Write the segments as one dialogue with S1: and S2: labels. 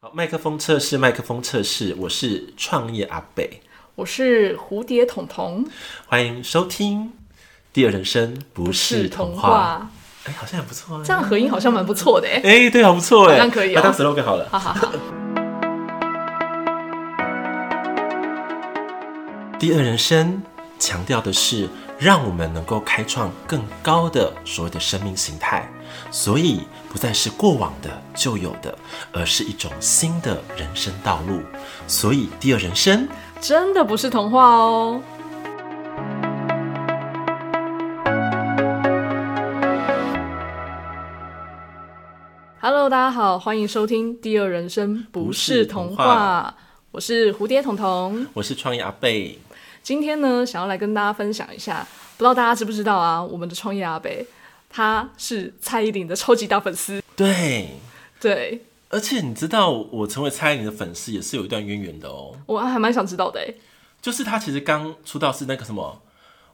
S1: 好，麦克风测试，麦克风测试，我是创业阿北，
S2: 我是蝴蝶彤彤，
S1: 欢迎收听《第二人生不是童话》。哎，好像也不错啊。
S2: 这样合音好像蛮不错的哎、
S1: 哎，对，好不错哎，
S2: 好像可以
S1: 把
S2: 哦
S1: 它当 slogan 好了。
S2: 哈哈哈，
S1: 第二人生强调的是，让我们能够开创更高的所谓的生命形态，所以不再是过往的旧有的，而是一种新的人生道路。所以，第二人生
S2: 真的不是童话哦。Hello，大家好，欢迎收听《第二人生不是童
S1: 不是童
S2: 话
S1: 话》，
S2: 我是蝴蝶彤彤。
S1: 我是创业阿贝，
S2: 今天呢，想要来跟大家分享一下，不知道大家知不知道啊？我们的创业阿北，他是蔡依林的超级大粉丝，
S1: 对。
S2: 对
S1: 而且你知道，我成为蔡依林的粉丝也是有一段渊源的哦。
S2: 我还蛮想知道的哎。
S1: 就是她其实刚出道是那个什么，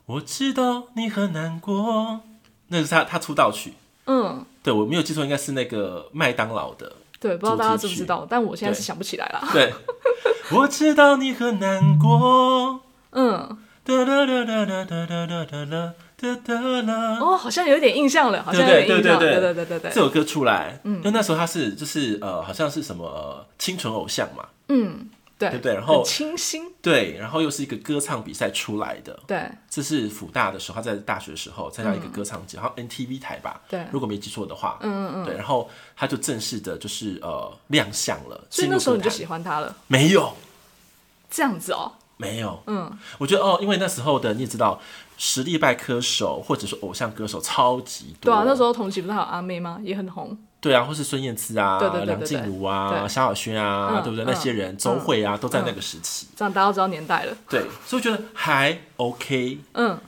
S1: 我知道你很难过，那是她她出道曲。
S2: 嗯，
S1: 对我没有记错，应该是那个麦当劳的。
S2: 对，不知道大家
S1: 主
S2: 知不
S1: 题
S2: 知
S1: 曲
S2: 道，但我现在是
S1: 对
S2: 想不起来啦。
S1: 对， 我知道你很难过。
S2: 嗯，
S1: 哒啦啦啦啦哒啦啦啦啦哒哒啦。
S2: 哦，好像有点印象了，好
S1: 对
S2: 像
S1: 不
S2: 有
S1: 对？对
S2: 点印象了，
S1: 对
S2: 对
S1: 对
S2: 对对
S1: 这
S2: 对。
S1: 首歌出来，嗯，因为那时候他是就是呃，好像是什么、呃、清纯偶像嘛，
S2: 嗯，对
S1: 对不对然后
S2: 很清新，
S1: 对，然后又是一个歌唱比赛出来的，
S2: 对
S1: 这是辅大的时候，他在大学的时候参加一个歌唱节，好像 NTV 台吧，
S2: 嗯对
S1: 如果没记错的话，嗯嗯嗯，对，然后他就正式的就是呃亮相了，
S2: 所以
S1: 进
S2: 那
S1: 入
S2: 时候
S1: 歌
S2: 你就
S1: 坛。
S2: 喜欢他了，
S1: 没有
S2: 这样子哦，
S1: 没有，
S2: 嗯，
S1: 我觉得哦，因为那时候的你也知道，实力派歌手或者是偶像歌手超级多，
S2: 对啊，那时候同期不是还有阿妹吗？也很红，
S1: 对啊，或是孙燕姿啊，
S2: 对对对对
S1: 梁静茹啊，
S2: 对
S1: 萧亚轩啊，
S2: 嗯
S1: 对不对？那些人，周蕙啊，都在那个时期，
S2: 这样大家都知道年代了。
S1: 对，所以我觉得还 OK，
S2: 嗯，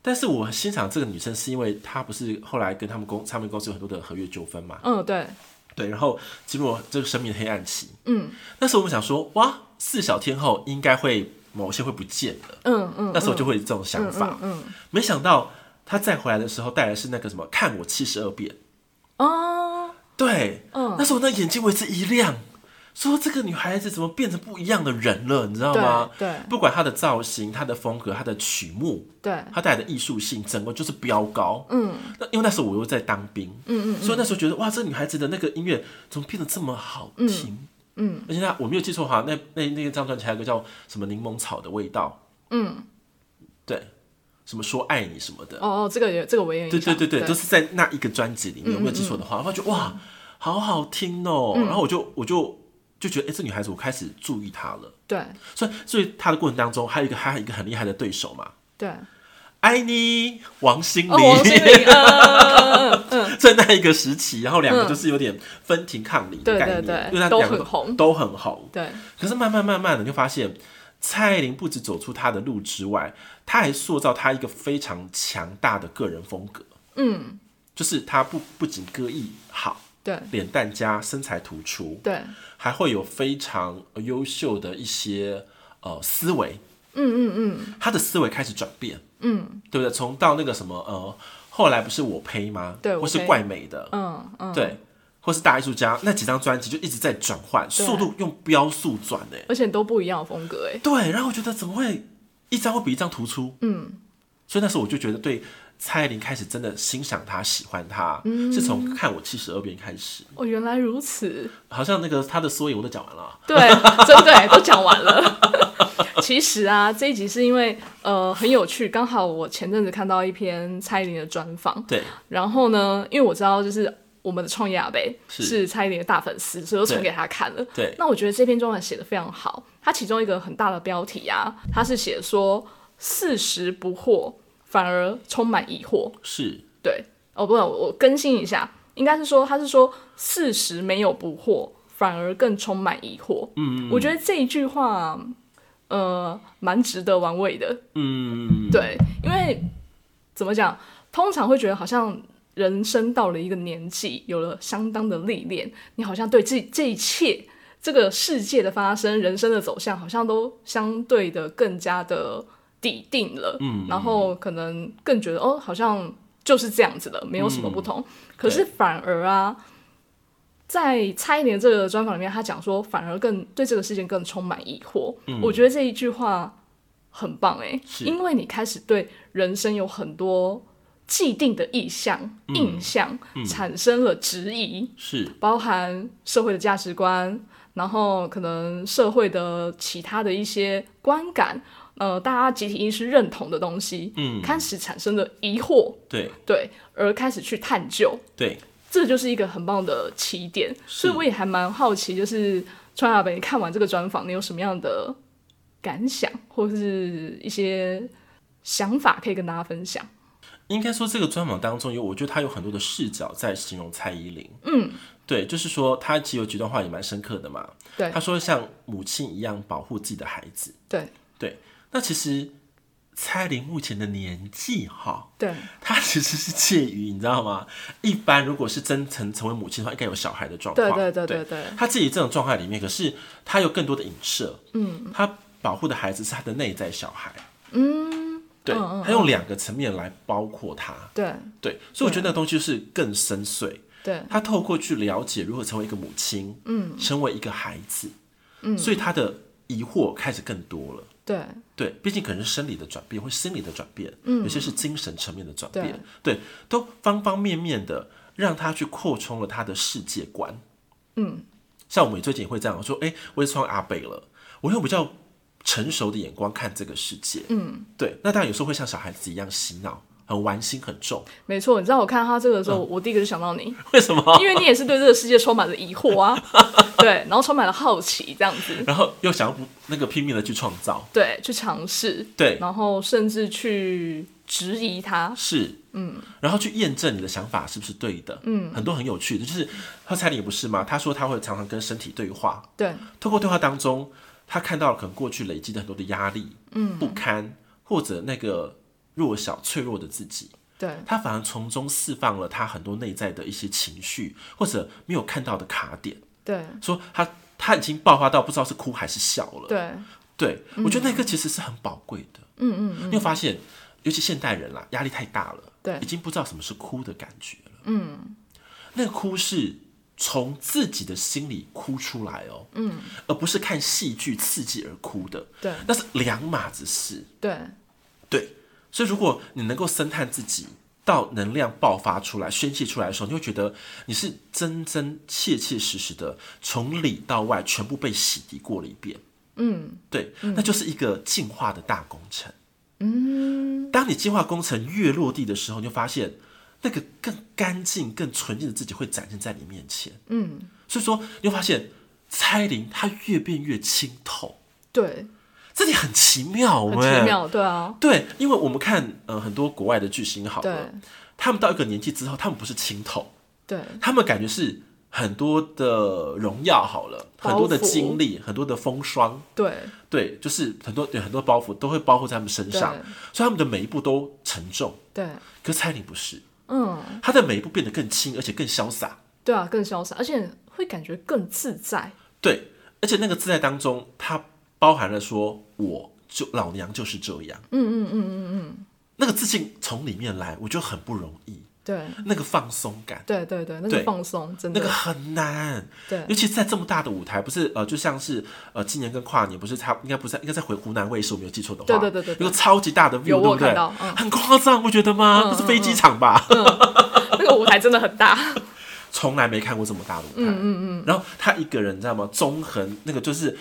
S1: 但是我很欣赏这个女生，是因为她不是后来跟他们公唱片公司有很多的合约纠纷嘛，
S2: 嗯，对，
S1: 对，然后进入这个生命的黑暗期。
S2: 嗯
S1: 那时候我们想说，哇，四小天后应该会某些会不见了，
S2: 嗯嗯，
S1: 那时候就会有这种想法。
S2: 嗯
S1: 没想到她再回来的时候带来是那个什么，看我七十二变。
S2: 哦，
S1: 对，
S2: 嗯
S1: 那时候我那眼睛为之一亮，说这个女孩子怎么变成不一样的人了，你知道吗？
S2: 对对
S1: 不管她的造型、她的风格、她的曲目，
S2: 对，
S1: 它带来的艺术性，整个就是飙高。
S2: 嗯，
S1: 那因为那时候我又在当兵，嗯嗯所以那时候觉得哇，这女孩子的那个音乐怎么变得这么好听？嗯，而且她我没有记错哈，那那那张专辑还有个叫什么柠檬草的味道，
S2: 嗯，
S1: 对，什么说爱你什么的，
S2: 哦哦，这个也这个我也有
S1: 对
S2: 印
S1: 对
S2: 象，
S1: 对对，嗯都
S2: 对，
S1: 是在那一个专辑里面，我没有记错的话，我就觉得哇，好好听哦、然后我就我就就觉得，哎、这女孩子我开始注意她了。
S2: 对
S1: 所以所以她的过程当中，还有一个还有一个很厉害的对手嘛，
S2: 对，
S1: 爱你王心凌。
S2: 哦，王心凌，嗯，嗯
S1: 在那一个时期，然后两个就是有点分庭抗礼的
S2: 对
S1: 概念，
S2: 对对
S1: 因为他两个
S2: 都很红
S1: 都很红。
S2: 对，
S1: 可是慢慢慢慢的，你就发现蔡依林不止走出她的路之外，她还塑造她一个非常强大的个人风格，
S2: 嗯，
S1: 就是她不不仅歌艺好，
S2: 对
S1: 脸蛋佳，身材突出，
S2: 对，
S1: 还会有非常优秀的一些呃思维，
S2: 嗯嗯嗯，
S1: 她的思维开始转变，
S2: 嗯，
S1: 对不对？从到那个什么呃，后来不是我呸吗？
S2: 对我
S1: 或是
S2: 呸
S1: 怪美的，
S2: 嗯嗯，
S1: 对，或是大艺术家那几张专辑就一直在转换，速度用标速转哎、
S2: 而且都不一样的风格哎。
S1: 对，然后我觉得怎么会一张会比一张突出？
S2: 嗯，
S1: 所以那时候我就觉得对蔡依林开始真的欣赏她、喜欢她，
S2: 嗯
S1: 是从看我七十二变开始。
S2: 哦，原来如此，
S1: 好像那个她的缩影我都讲完了啊，
S2: 对，真的耶都讲完了。 其实啊，这一集是因为呃很有趣，刚好我前阵子看到一篇蔡依林的专访，
S1: 对
S2: 然后呢，因为我知道就是我们的创业阿贝
S1: 是
S2: 是蔡依林的大粉丝，所以我传
S1: 对
S2: 给他看了。
S1: 对
S2: 那我觉得这篇专栏写的非常好，它其中一个很大的标题啊，它是写说四十不惑，反而充满疑惑。
S1: 是，
S2: 对，哦不，我更新一下，应该是说他是说事实没有不惑，反而更充满疑惑。嗯，我觉得这一句话，呃，蛮值得玩味的。
S1: 嗯，
S2: 对，因为怎么讲，通常会觉得好像。人生到了一个年纪，有了相当的历练，你好像对这这一切、这个世界的发生、人生的走向，好像都相对的更加的底定了。
S1: 嗯，
S2: 然后可能更觉得
S1: 嗯
S2: 哦，好像就是这样子的，没有什么不同。可是反而啊，在蔡依林这个专访里面，他讲说，反而更对这个事件更充满疑惑。我觉得这一句话很棒哎、
S1: 嗯是
S2: 因为你开始对人生有很多既定的意向、
S1: 嗯
S2: 印象，产生了质疑。
S1: 是
S2: 包含社会的价值观，然后可能社会的其他的一些观感，呃，大家集体意识认同的东西，
S1: 嗯，
S2: 开始产生的疑惑，
S1: 对
S2: 对，而开始去探究，
S1: 对，
S2: 这就是一个很棒的起点。
S1: 是
S2: 所以我也还蛮好奇，就是川阿北，你看完这个专访，你有什么样的感想，或是一些想法可以跟大家分享？
S1: 应该说这个专访当中有，我觉得他有很多的视角在形容蔡依林。嗯，对，就是说他其实有几段话也蛮深刻的嘛。
S2: 对
S1: 他说像母亲一样保护自己的孩子。
S2: 对
S1: 对，那其实蔡依林目前的年纪哈，
S2: 对，
S1: 她其实是介于你知道吗？一般如果是真曾成为母亲的话，应该有小孩的状况。
S2: 对对对对
S1: 对
S2: 对
S1: 她自己这种状态里面，可是她有更多的影射。嗯，她保护的孩子是她的内在小孩。嗯，对，她用两个层面来包括她。
S2: 对
S1: 对，所以我觉得那个东西就是更深邃。
S2: 对
S1: 他透过去了解如何成为一个母亲，嗯，成为一个孩子，嗯，所以他的疑惑开始更多了。
S2: 对
S1: 对，毕竟可能是生理的转变，或心理的转变，嗯，有些是精神层面的转变，对，都方方面面的让他去扩充了他的世界观。嗯，像我们最近也会这样说，哎、我也穿阿北了，我用比较成熟的眼光看这个世界。嗯，对，那当然有时候会像小孩子一样洗脑，很玩心很重。
S2: 没错，你知道我看到他这个的时候，我第一个就想到你，
S1: 为什么？
S2: 因为你也是对这个世界充满了疑惑啊，对，然后充满了好奇这样子，
S1: 然后又想要不那个拼命的去创造，
S2: 对，去尝试，
S1: 对
S2: 然后甚至去质疑他，
S1: 是，嗯，然后去验证你的想法是不是对的，嗯，很多很有趣的，就是喝彩礼也不是吗？他说他会常常跟身体对话，
S2: 对
S1: 透过对话当中，他看到了可能过去累积的很多的压力，嗯，不堪或者那个弱小脆弱的自己，
S2: 对
S1: 他反而从中释放了他很多内在的一些情绪或者没有看到的卡点，
S2: 对
S1: 说他他已经爆发到不知道是哭还是笑了，
S2: 对
S1: 对，我觉得那个其实是很宝贵的。嗯嗯你有发现，尤其现代人啦，压力太大了，
S2: 对
S1: 已经不知道什么是哭的感觉了。嗯，那个哭是从自己的心里哭出来哦，嗯，而不是看戏剧刺激而哭的，
S2: 对
S1: 那是两码子事。
S2: 对
S1: 对，所以如果你能够深探自己。到能量爆发出来、宣泄出来的时候，你会觉得你是真真切切实实的从里到外全部被洗涤过了一遍。
S2: 嗯
S1: 对，那就是一个进化的大工程。嗯，当你进化工程越落地的时候，你就发现那个更干净、更纯净的自己会展现在你面前。嗯，所以说你会发现蔡依林她越变越清透，
S2: 对，
S1: 这点很奇妙、欸，
S2: 很奇。妙，对啊，
S1: 对，因为我们看呃很多国外的巨星好了
S2: 对，
S1: 他们到一个年纪之后，他们不是清透，
S2: 对
S1: 他们感觉是很多的荣耀好了，很多的
S2: 包袱
S1: 经历，很多的风霜。
S2: 对
S1: 对，就是很多有很多包袱都会包覆在他们身上
S2: 对，
S1: 所以他们的每一步都沉重。
S2: 对，
S1: 可是蔡依林不是，
S2: 嗯，
S1: 她的每一步变得更轻，而且更潇洒。
S2: 对啊，更潇洒，而且会感觉更自在，
S1: 对，而且那个自在当中，它包含了说，我就老娘就是这样。嗯嗯嗯嗯嗯，那个自信从里面来，我觉得很不容易，
S2: 对
S1: 那个放松感。
S2: 对对对，那
S1: 对
S2: 个放松真
S1: 那个
S2: 的，
S1: 很难，
S2: 对
S1: 尤其是在这么大的舞台，不是呃，就像是呃，今年跟跨年不是差，应该不是应该在回湖南卫视，我没有记错的话，
S2: 对对对对对
S1: 有个超级大的 view，
S2: 有
S1: 对
S2: 我
S1: 不对
S2: 看到嗯
S1: 很夸张，不觉得吗？那是飞机场吧？
S2: 那个舞台真的很 大，
S1: 从来没看过这么大的舞台，嗯嗯嗯。然后他一个人，你知道吗？纵横那个就是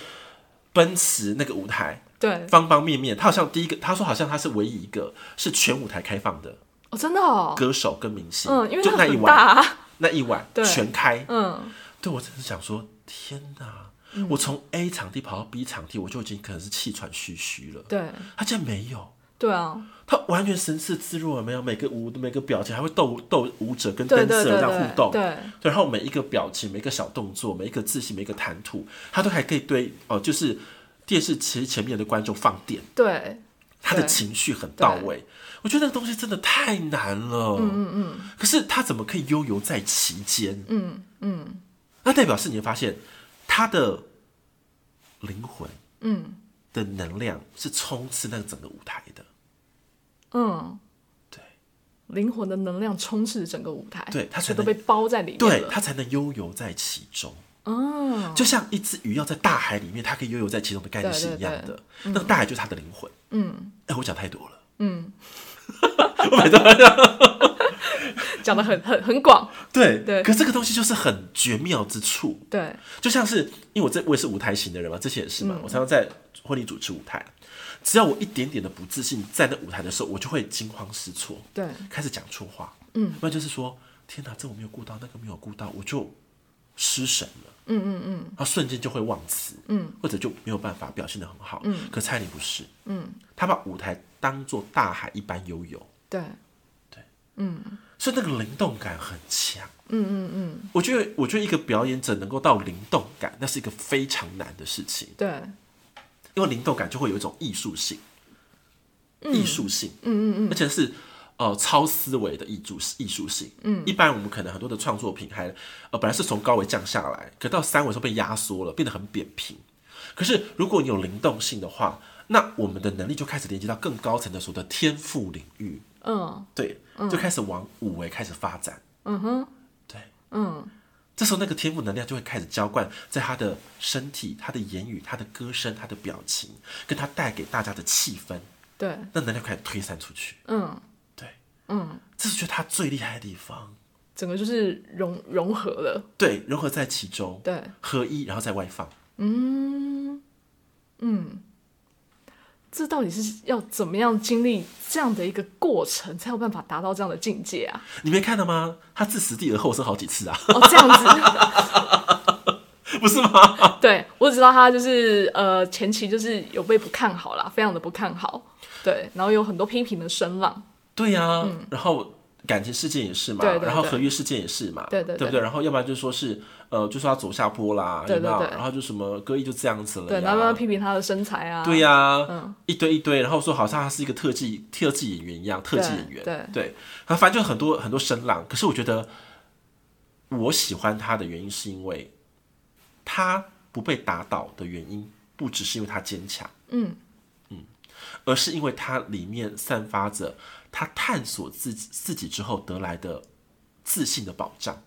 S1: 奔驰那个舞台，
S2: 对，
S1: 方方面面，他好像第一个，他说好像他是唯一一个是全舞台开放的
S2: 哦，真的哦，
S1: 歌手跟明星，
S2: 嗯，因为
S1: 就
S2: 它
S1: 那一
S2: 很
S1: 晚，
S2: 大啊，
S1: 那一晚
S2: 对
S1: 全开，
S2: 嗯，
S1: 对我真是想说，天哪！我从 A 场地跑到 B 场地，我就已经可能是气喘吁吁了。
S2: 对
S1: 他竟然没有，
S2: 对啊，
S1: 他完全神似自若，有没有每个舞每个表情，还会逗逗舞者跟
S2: 对
S1: dancer
S2: 对
S1: 这
S2: 对
S1: 样互动。
S2: 对对。
S1: 对然后每一个表情、每一个小动作、每一个字形、每一个谈吐，他都还可以对哦、呃就是电视其实前面的观众放电，
S2: 对
S1: 他的
S2: 对
S1: 情绪很到位。我觉得那个东西真的太难了。嗯嗯嗯。可是他怎么可以悠游在其间？嗯嗯。那代表是你会发现他的灵魂，嗯，的能量是充斥那个整个舞台的。
S2: 嗯，
S1: 对，
S2: 灵魂的能量充斥整个舞台，
S1: 对它才
S2: 就都
S1: 能
S2: 被包在里面
S1: 对
S2: 了。
S1: 它才能悠游在其中。
S2: 哦，
S1: 就像一只鱼要在大海里面，它可以悠游在其中的概念
S2: 对
S1: 是
S2: 对
S1: 一样的。
S2: 对
S1: 那个大海就是它的灵魂。
S2: 嗯
S1: 哎、我讲太多了。
S2: 嗯，讲的很很很广，
S1: 对
S2: 对
S1: 可这个东西就是很绝妙之处，
S2: 对，
S1: 就像是因为我这我也是舞台型的人嘛，之前也是嘛，我常常在婚礼主持舞台，只要我一点点的不自信站在舞台的时候，我就会惊慌失措，
S2: 对
S1: 开始讲错话，嗯，不然就是说天哪，这我没有顾到，那个没有顾到，我就失神了，嗯嗯嗯，啊，瞬间就会忘词，嗯，或者就没有办法表现的很好，嗯，可蔡依林不是，嗯，他把舞台当做大海一般悠游，
S2: 对，
S1: 所以那个灵动感很强。嗯嗯嗯，我觉得我觉得一个表演者能够到灵动感，那是一个非常难的事情，
S2: 对，
S1: 因为灵动感就会有一种艺术性，艺术性，嗯嗯嗯，而且是呃超思维的艺术艺术性。嗯，一般我们可能很多的创作品还呃本来是从高维降下来，可到三维的时候被压缩了，变得很扁平。可是如果你有灵动性的话，那我们的能力就开始连接到更高层的所谓的天赋领域。
S2: 嗯
S1: 对，就开始往五维开始发展。
S2: 嗯哼，
S1: 对，
S2: 嗯
S1: 这时候那个天赋能量就会开始浇灌在他的身体、他的言语、他的歌声、他的表情，跟他带给大家的气氛，
S2: 对，
S1: 那能量开始推散出去。
S2: 嗯
S1: 对，
S2: 嗯，
S1: 这是觉得他最厉害的地方。
S2: 整个就是融融合了，
S1: 对，融合在其中，
S2: 对，
S1: 合一，然后再外放。
S2: 嗯，嗯，这到底是要怎么样经历这样的一个过程，才有办法达到这样的境界啊？
S1: 你没看到吗？他自死地而后生好几次啊，
S2: 哦，这样子，
S1: 不是吗？
S2: 对我只知道他就是呃，前期就是有被不看好啦，非常的不看好，对，然后有很多批评的声浪，
S1: 对呀、然后感情事件也是嘛，
S2: 嗯对对对
S1: 然后合约事件也是嘛，
S2: 对对对
S1: 不对？然后要不然就说是呃，就说他走下坡啦，
S2: 对对
S1: 有没有
S2: 对
S1: 然后就什么歌艺就这样子了哎呀，
S2: 对，然后慢慢批评他的身材啊，
S1: 对呀、一堆一堆，然后说好像他是一个特技特技演员一样，特技演员，
S2: 对
S1: 然后反正就很多很多声浪。可是我觉得我喜欢他的原因是因为他不被打倒的原因，不只是因为他坚强，
S2: 嗯
S1: 嗯，而是因为他里面散发着他探索自己自己之后得来的自信的保障。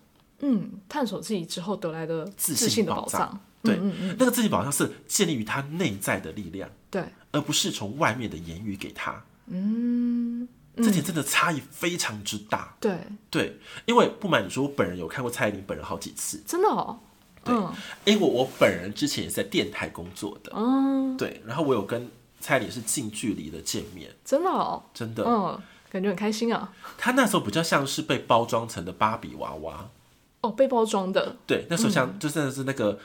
S2: 嗯，探索自己之后得来的
S1: 自
S2: 自
S1: 信
S2: 信的
S1: 宝
S2: 宝
S1: 藏
S2: 藏，嗯
S1: 对，那个自信保障是建立于他内在的力量，
S2: 对，
S1: 而不是从外面的言语给他。
S2: 嗯，
S1: 这点真的差异非常之大。
S2: 对，
S1: 对，因为不瞒你说，我本人有看过蔡依林本人好几次，
S2: 真的哦，嗯
S1: 因为我本人之前也是在电台工作的，
S2: 嗯，
S1: 对，然后我有跟蔡依林是近距离的见面，
S2: 真的哦，
S1: 真的，
S2: 嗯，感觉很开心啊。
S1: 她那时候比较像是被包装成的芭比娃娃，
S2: 哦，被包装的，
S1: 对，那时候
S2: 嗯
S1: 像就真的是那个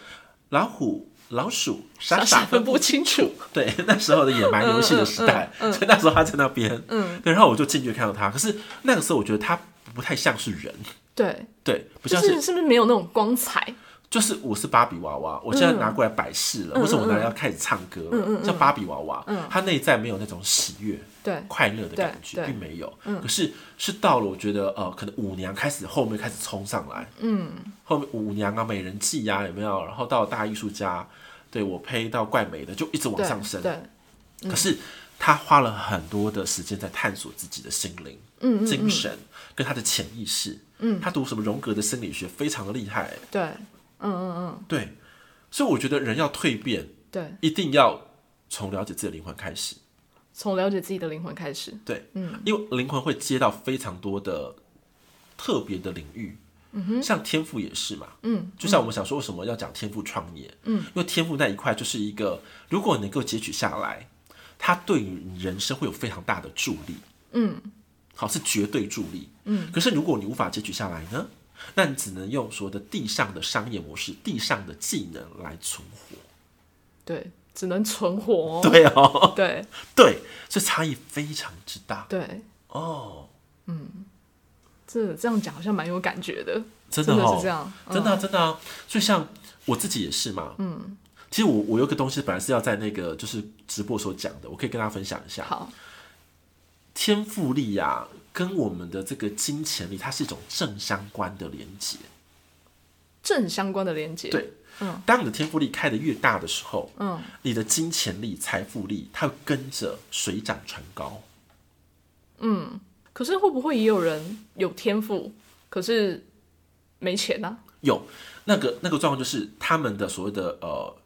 S1: 老虎、老鼠傻
S2: 傻
S1: 傻
S2: 分
S1: 分
S2: 不
S1: 不
S2: 清楚。
S1: 对， 那时候的野蛮游戏的时代，所以那时候他在那边，
S2: 嗯，
S1: 对，然后我就进去看到他，可是那个时候我觉得他不太像是人，
S2: 对，
S1: 对，不
S2: 就
S1: 像
S2: 是是不是没有那种光彩？
S1: 就是我是芭比娃娃，我现在
S2: 嗯
S1: 拿过来摆饰了，为什么我拿来要开始唱歌了？像芭比娃娃，她内在没有那种喜悦、
S2: 对
S1: 快乐的感觉，
S2: 嗯对对嗯
S1: 并没有。可是是到了我觉得呃，可能舞娘开始后面开始冲上来，嗯，后面舞娘啊、美人计呀、啊、有没有？然后到大艺术家，对我配到怪美的就一直往
S2: 对
S1: 上升。
S2: 对，
S1: 可是他花了很多的时间在探索自己的心灵、嗯精神跟他的潜意识。嗯，他读什么荣格的心理学，非常的厉害、
S2: 对，嗯嗯
S1: 对，所以我觉得人要蜕变，
S2: 嗯，对，
S1: 一定要从了解自己的灵魂开始。
S2: 从了解自己的灵魂开始。
S1: 对，嗯，因为灵魂会接到非常多的特别的领域，嗯哼，像天赋也是嘛，
S2: 嗯，
S1: 就像我们想说为什么要讲天赋创业，嗯，因为天赋那一块就是一个，如果能够截取下来，它对你人生会有非常大的助力，
S2: 嗯，
S1: 好是绝对助力，嗯，可是如果你无法截取下来呢，那你只能用所谓的地上的商业模式、地上的技能来存活。
S2: 对，只能存活、哦。
S1: 对哦，
S2: 对
S1: 对，这差异非常之大
S2: 对，
S1: 哦，
S2: 这这样讲好像蛮有感觉的。
S1: 真的
S2: 真的
S1: 哦，
S2: 是这样嗯
S1: 真的啊、真的啊，就像我自己也是嘛，嗯，其实我我有个东西本来是要在那个就是直播所讲的，我可以跟大家分享一下，
S2: 好，
S1: 天赋力呀、啊，跟我们的这个金钱力，它是一种正相关的连接，
S2: 正相关的连接。
S1: 对，
S2: 嗯
S1: 当你的天赋力开得越大的时候，
S2: 嗯，
S1: 你的金钱力、财富力，它会跟着水涨船高。嗯，
S2: 可是会不会也有人有天赋，可是没钱呢、
S1: 有那个那个状况就是他们的所谓的呃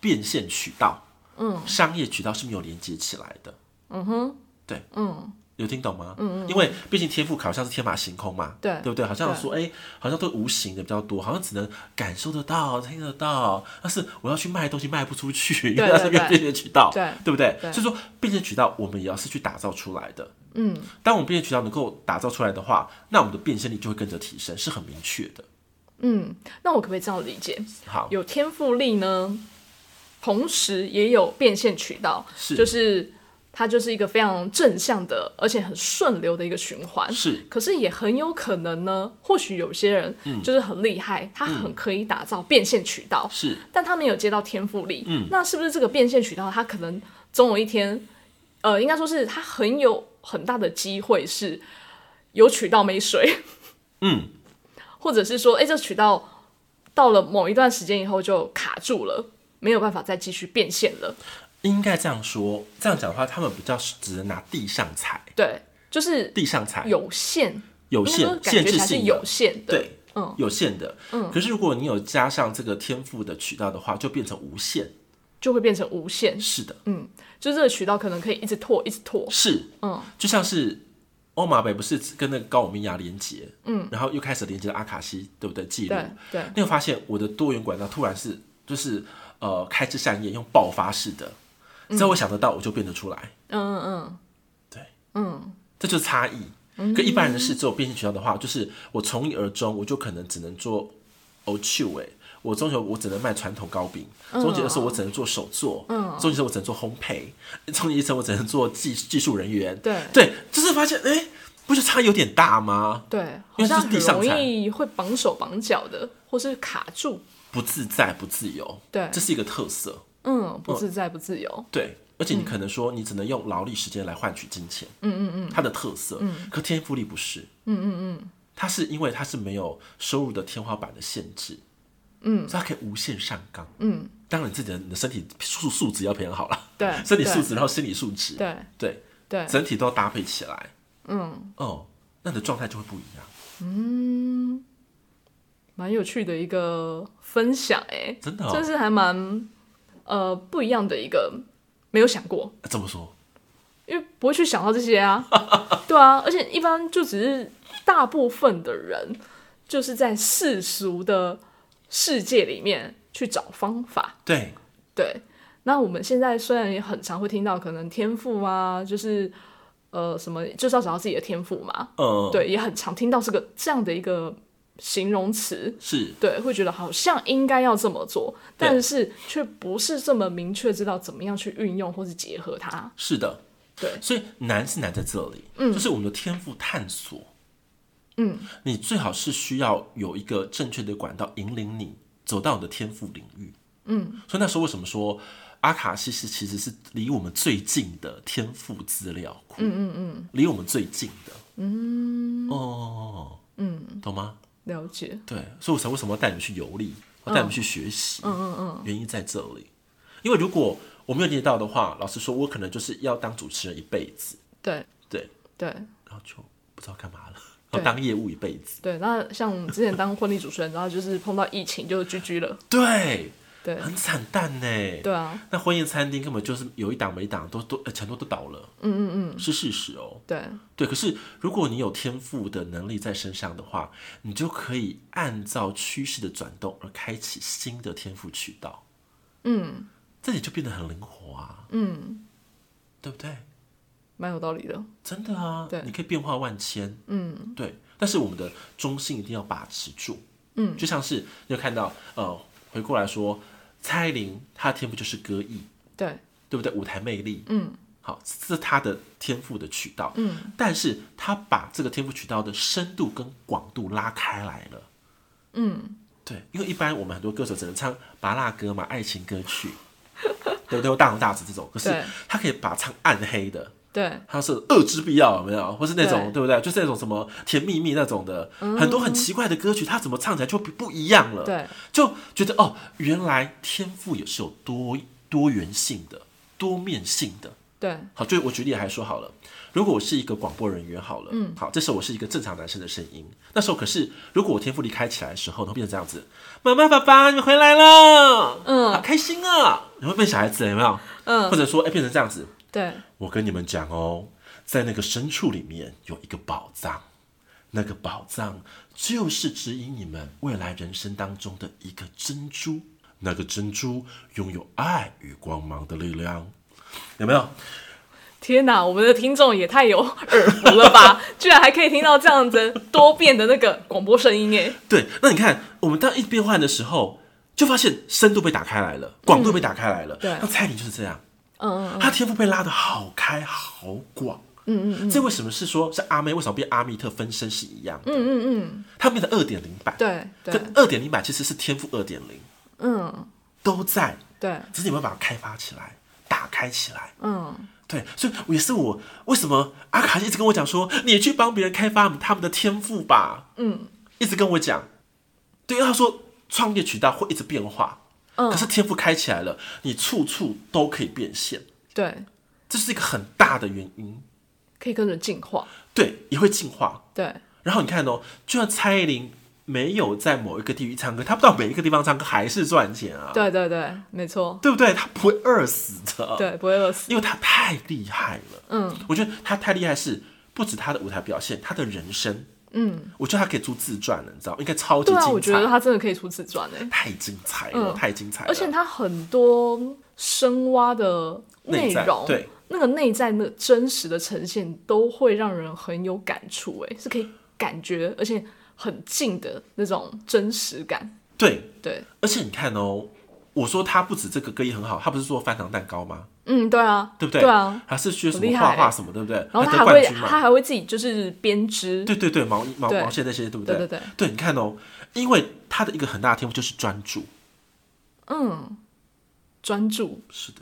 S1: 变现渠道，嗯，商业渠道是没有连接起来的。嗯哼，对，嗯，有听懂吗？嗯嗯，因为毕竟天赋卡好像是天马行空嘛，
S2: 对
S1: 对不对？好像说哎、好像都无形的比较多，好像只能感受得到、听得到，但是我要去卖东西卖不出去，因为
S2: 对
S1: 它是
S2: 对
S1: 变
S2: 对
S1: 现渠道，
S2: 对
S1: 对不对？
S2: 对
S1: 所以说变现渠道我们也要是去打造出来的。
S2: 嗯，
S1: 当我们变现渠道能够打造出来的话，那我们的变现率就会跟着提升，是很明确的。
S2: 那我可不可以这样理解？
S1: 好，
S2: 有天赋力呢，同时也有变现渠道，
S1: 是
S2: 就是它就是一个非常正向的，而且很顺流的一个循环。
S1: 是
S2: 可是也很有可能呢，或许有些人
S1: 嗯
S2: 就是很厉害，他很可以打造变现渠道，
S1: 是
S2: 但他没有接到天赋力。嗯，那是不是这个变现渠道，他可能总有一天，呃，应该说是他很有很大的机会是有渠道没水，
S1: 嗯，
S2: 或者是说，哎、这渠道到了某一段时间以后就卡住了，没有办法再继续变现了。
S1: 应该这样说，这样讲的话，他们比较是只能拿地上踩，
S2: 对，就是
S1: 地上踩
S2: 有限，
S1: 有
S2: 应该说
S1: 限
S2: 感
S1: 限
S2: 觉
S1: 制
S2: 才是
S1: 性的
S2: 有限的。
S1: 对，嗯，有限的，嗯。可是如果你有加上这个天赋的渠道的话，就变成无限。
S2: 就会变成无限，
S1: 是的，
S2: 就是这个渠道可能可以一直拓，一直拓。
S1: 是，嗯，就像是欧马北不是跟那个高我明牙连接，嗯，然后又开始连接了阿卡西，对不对？记录
S2: 对，对，
S1: 你有发现我的多元管道突然是就是呃开枝散叶，用爆发式的，只要我想得到，我就变得出来。
S2: 嗯嗯
S1: 这就是差异。跟一般人是只有变性渠道的话，就是我从一而终，我就可能只能做 O 趣味。我中学我只能卖传统糕饼，
S2: 嗯
S1: 中级的时候我只能做手作，中级的时候我只能做烘焙，中级的时候我只能做技技术人员。
S2: 对
S1: 对，就是发现哎、诶不是差异有点大吗
S2: 嗯，？对，
S1: 因为这
S2: 好像
S1: 是
S2: 很
S1: 地上
S2: 容易会绑手绑脚的，或是卡住。
S1: 不自在，不自由，
S2: 对
S1: 这是哦一个特色。
S2: 嗯，不自在，不自由。
S1: 对，而且你可能说你只能用劳力时间来换取金钱，嗯嗯嗯，它的特色，嗯，可天赋力不是，嗯嗯嗯，它是因为它是没有收入的天花板的限制，嗯，所以它可以无限上纲，嗯，当然你自己的你的身体素素质要培养好了，
S2: 对
S1: 身体
S2: 对
S1: 素质，然后心理素质，
S2: 对
S1: 对，
S2: 对，
S1: 整体都要搭配起来，嗯，哦，那你的状态就会不一样，
S2: 蛮有趣的一个分享、欸，
S1: 真的
S2: 哎、
S1: 哦、
S2: 这是还蛮呃不一样的一个，没有想过，
S1: 啊怎么说？
S2: 因为不会去想到这些 啊。对啊，而且一般就只是大部分的人就是在世俗的世界里面去找方法，
S1: 对，
S2: 对，那我们现在虽然也很常会听到可能天赋啊，就是呃什么，就是要找到自己的天赋嘛，
S1: 呃，，
S2: 对，也很常听到这个这样的一个形容词，
S1: 是
S2: 对，会觉得好像应该要这么做，
S1: 对
S2: 但是却不是这么明确知道怎么样去运用或是结合它，
S1: 是的，
S2: 对，
S1: 所以难是难在这里，嗯，就是我们的天赋探索，
S2: 嗯，
S1: 你最好是需要有一个正确的管道引领你走到你的天赋领域，嗯，所以那时候为什么说阿卡西是其实是离我们最近的天赋资料库，嗯嗯嗯，离我们最近的，嗯，哦，嗯，懂吗？
S2: 了解，
S1: 对，所以我才为什么要带你们去游历，我带你们去学习，嗯嗯嗯，原因在这里，因为如果我没有练到的话，老实说，我可能就是要当主持人一辈子，
S2: 对
S1: 对，
S2: 对
S1: 然后就不知道干嘛了，然
S2: 对
S1: 后当业务一辈子。
S2: 对。那像之前当婚礼主持人，然后就是碰到疫情就 GG 了，
S1: 对，
S2: 对
S1: 很惨淡呢。
S2: 对啊，
S1: 那婚宴餐厅根本就是有一档没一档，都都、呃很多都倒了。嗯嗯嗯，是事实哦。
S2: 对
S1: 对，可是如果你有天赋的能力在身上的话，你就可以按照趋势的转动而开启新的天赋渠道。嗯，这里就变得很灵活啊。嗯，对不对？
S2: 蛮有道理的，
S1: 真的啊，
S2: 对
S1: 你可以变化万千，嗯，对。但是我们的中心一定要把持住，嗯，就像是你有看到，呃，回过来说，蔡依林她的天赋就是歌艺，
S2: 对
S1: 对不对？舞台魅力，嗯，好，这是她的天赋的渠道，嗯，但是她把这个天赋渠道的深度跟广度拉开来了，嗯，对，因为一般我们很多歌手只能唱拔辣歌嘛，爱情歌曲，对不对？或大红大紫这种，可是
S2: 对
S1: 她可以把唱暗黑的。
S2: 对
S1: 它是恶之必要有没有？或是那种
S2: 对
S1: 对不对？就是那种什么甜蜜蜜那种的，很多很奇怪的歌曲，它怎么唱起来就不不一样了？，
S2: 对
S1: 就觉得哦，原来天赋也是有多多元性的、多面性的，
S2: 对对，
S1: 好，就我举例来说好了，如果我是一个广播人员好了，嗯，好，这时候我是一个正常男生的声音，那时候可是如果我天赋力开起来的时候，它会变成这样子，妈妈爸爸你们回来了，
S2: 嗯
S1: 好开心啊，你会变小孩子了有没有？
S2: 嗯
S1: 或者说哎、变成这样子，
S2: 对，
S1: 我跟你们讲哦，在那个深处里面有一个宝藏，那个宝藏就是指引你们未来人生当中的一个珍珠。那个珍珠拥有爱与光芒的力量，有没有？
S2: 天哪，我们的听众也太有耳福了 吧！居然还可以听到这样子多变的那个广播声音，哎，
S1: 对，那你看，我们当一变换的时候，就发现深度被打开来了，广度被打开来了。
S2: 对
S1: 那蔡依林就是这样，
S2: 嗯嗯
S1: 她天赋被拉的好开好广。嗯嗯嗯，这为什么是说是阿妹？为什么变阿密特分身是一样的？嗯嗯嗯，她变成二点零版，，
S2: 对对
S1: 跟二点零版其实是天赋二点零
S2: 嗯
S1: 都在，
S2: 对
S1: 只是你们把它开发起来，打开起来。
S2: 嗯
S1: 对，所以也是我为什么阿卡西一直跟我讲说，你去帮别人开发他们的天赋吧。
S2: 嗯，
S1: 一直跟我讲，对，因为他说创业渠道会一直变化，
S2: 嗯
S1: 可是天赋开起来了，你处处都可以变现，
S2: 对，
S1: 这是一个很大的原因。
S2: 可以跟着进化，
S1: 对，也会进化。
S2: 对
S1: 然后你看哦，就算蔡依林没有在某一个地域唱歌，她不到每一个地方唱歌还是赚钱啊，
S2: 对对对，没错，
S1: 对不对？她不会饿死的。
S2: 对，不会饿死，
S1: 因为他太厉害了。
S2: 嗯，
S1: 我觉得他太厉害是不止他的舞台表现，他的人生，
S2: 嗯，
S1: 我觉得他可以出自传了，你知道吗，应该超级
S2: 对
S1: 精
S2: 啊，
S1: 彩。
S2: 我觉得他真的可以出自传哎，
S1: 太精彩了，
S2: 嗯
S1: 太精彩了。
S2: 而且他很多深挖的内
S1: 内在
S2: 容，
S1: 对
S2: 那个内在的真实的呈现，都会让人很有感触，哎，是可以感觉，而且很近的那种真实感，
S1: 对，
S2: 对，
S1: 而且你看哦，我说他不止这个歌也很好，他不是做翻糖蛋糕吗？
S2: 嗯，对啊，
S1: 对不
S2: 对？
S1: 对？
S2: 啊，
S1: 还是学什
S2: 很厉
S1: 么
S2: 害
S1: 画画什么，对不对？
S2: 然后
S1: 还
S2: 他
S1: 得
S2: 还
S1: 冠
S2: 会，
S1: 军
S2: 他
S1: 嘛。
S2: 还会自己就是编织，
S1: 对对对，毛衣毛
S2: 对
S1: 毛线那些，对不
S2: 对
S1: 对
S2: 对对
S1: 对，你看哦，因为他的一个很大的天赋就是专注，
S2: 嗯，专注，
S1: 是的，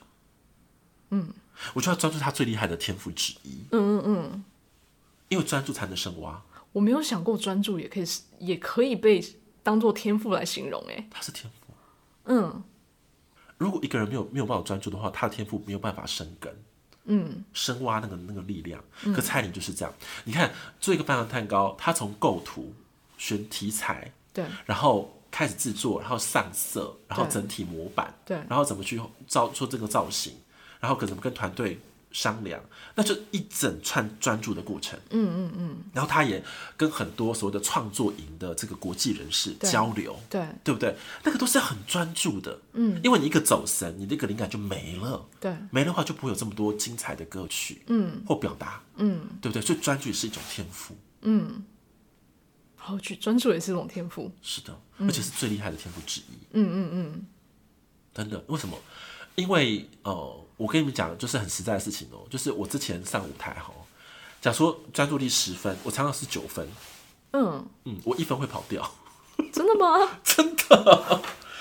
S1: 嗯，我觉得专注是他最厉害的天赋之一。嗯嗯嗯，因为专注才能深挖，
S2: 我没有想过专注也可以是，也可以被当做天赋来形容，哎，
S1: 它是天赋。
S2: 嗯，
S1: 如果一个人没有没有办法专注的话，他的天赋没有办法生根。嗯，深挖那个那个力量。可蔡依林就是这样，你看做一个半糖蛋糕，他从构图、选题材，
S2: 对，
S1: 然后开始制作，然后上色，然后
S2: 对
S1: 整体模板，
S2: 对
S1: 然后怎么去造做这个造型，然后可怎么跟团队商量，那就一整串专注的过程。嗯嗯嗯。然后他也跟很多所谓的创作营的这个国际人士
S2: 对
S1: 交流，
S2: 对，
S1: 对不对？那个都是很专注的。嗯，因为你一个走神，你那个灵感就没了。
S2: 对，
S1: 没的话就不会有这么多精彩的歌曲，嗯，或表达，嗯，对不对？所以专注也是一种天赋，
S2: 好，去专注也是一种天赋，
S1: 是的，而且是最厉害的天赋之一。嗯嗯嗯嗯，真的，为什么？因为呃，我跟你们讲，就是很实在的事情哦，就是我之前上舞台哈，假如说专注力十分，我常常是九分，
S2: 嗯，
S1: 嗯，我一分会跑掉，
S2: 真的吗？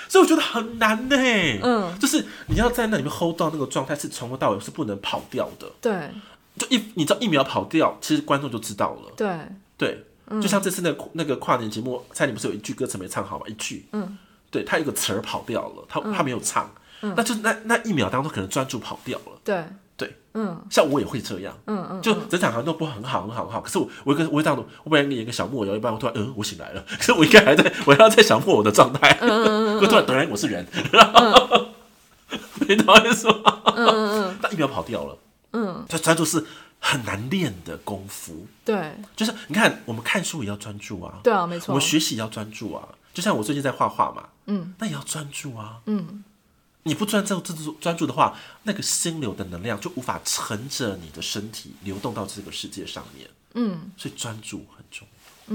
S1: 所以我觉得很难呢。
S2: 嗯，
S1: 就是你要在那里面 hold 到那个状态，是从头到尾是不能跑掉的。
S2: 对
S1: 就一，你知道一秒跑掉，其实观众就知道了。
S2: 对，
S1: 对，就像这次那个那个跨年节目，蔡依林不是有一句歌词没唱好吗？一句，嗯，对，他有个词儿跑掉了，他他没有唱，那就那那一秒当中可能专注跑掉了。
S2: 对，
S1: 对，
S2: 嗯，
S1: 像我也会这样，
S2: 嗯嗯，
S1: 就整场好像都不很好，很好，很好。可是我我有一个我会这样子，我本来演个小木偶，然后一半我突然嗯我醒来了， 可是我应该还在我要在小木偶的状态， 我突然突然我是人， 你懂我意思吗？嗯 嗯嗯，但一秒跑掉了，嗯，这专注是很难练的功夫，
S2: 对
S1: 就是你看，我们看书也要专注啊，
S2: 对啊，没
S1: 我
S2: 错
S1: 们，学习也要专注啊。就像我最近在画画嘛，嗯，那也要专注啊，嗯。你不专注、专注、专注的话，那个心流的能量就无法乘着你的身体流动到这个世界上面。嗯，所以专注很重要。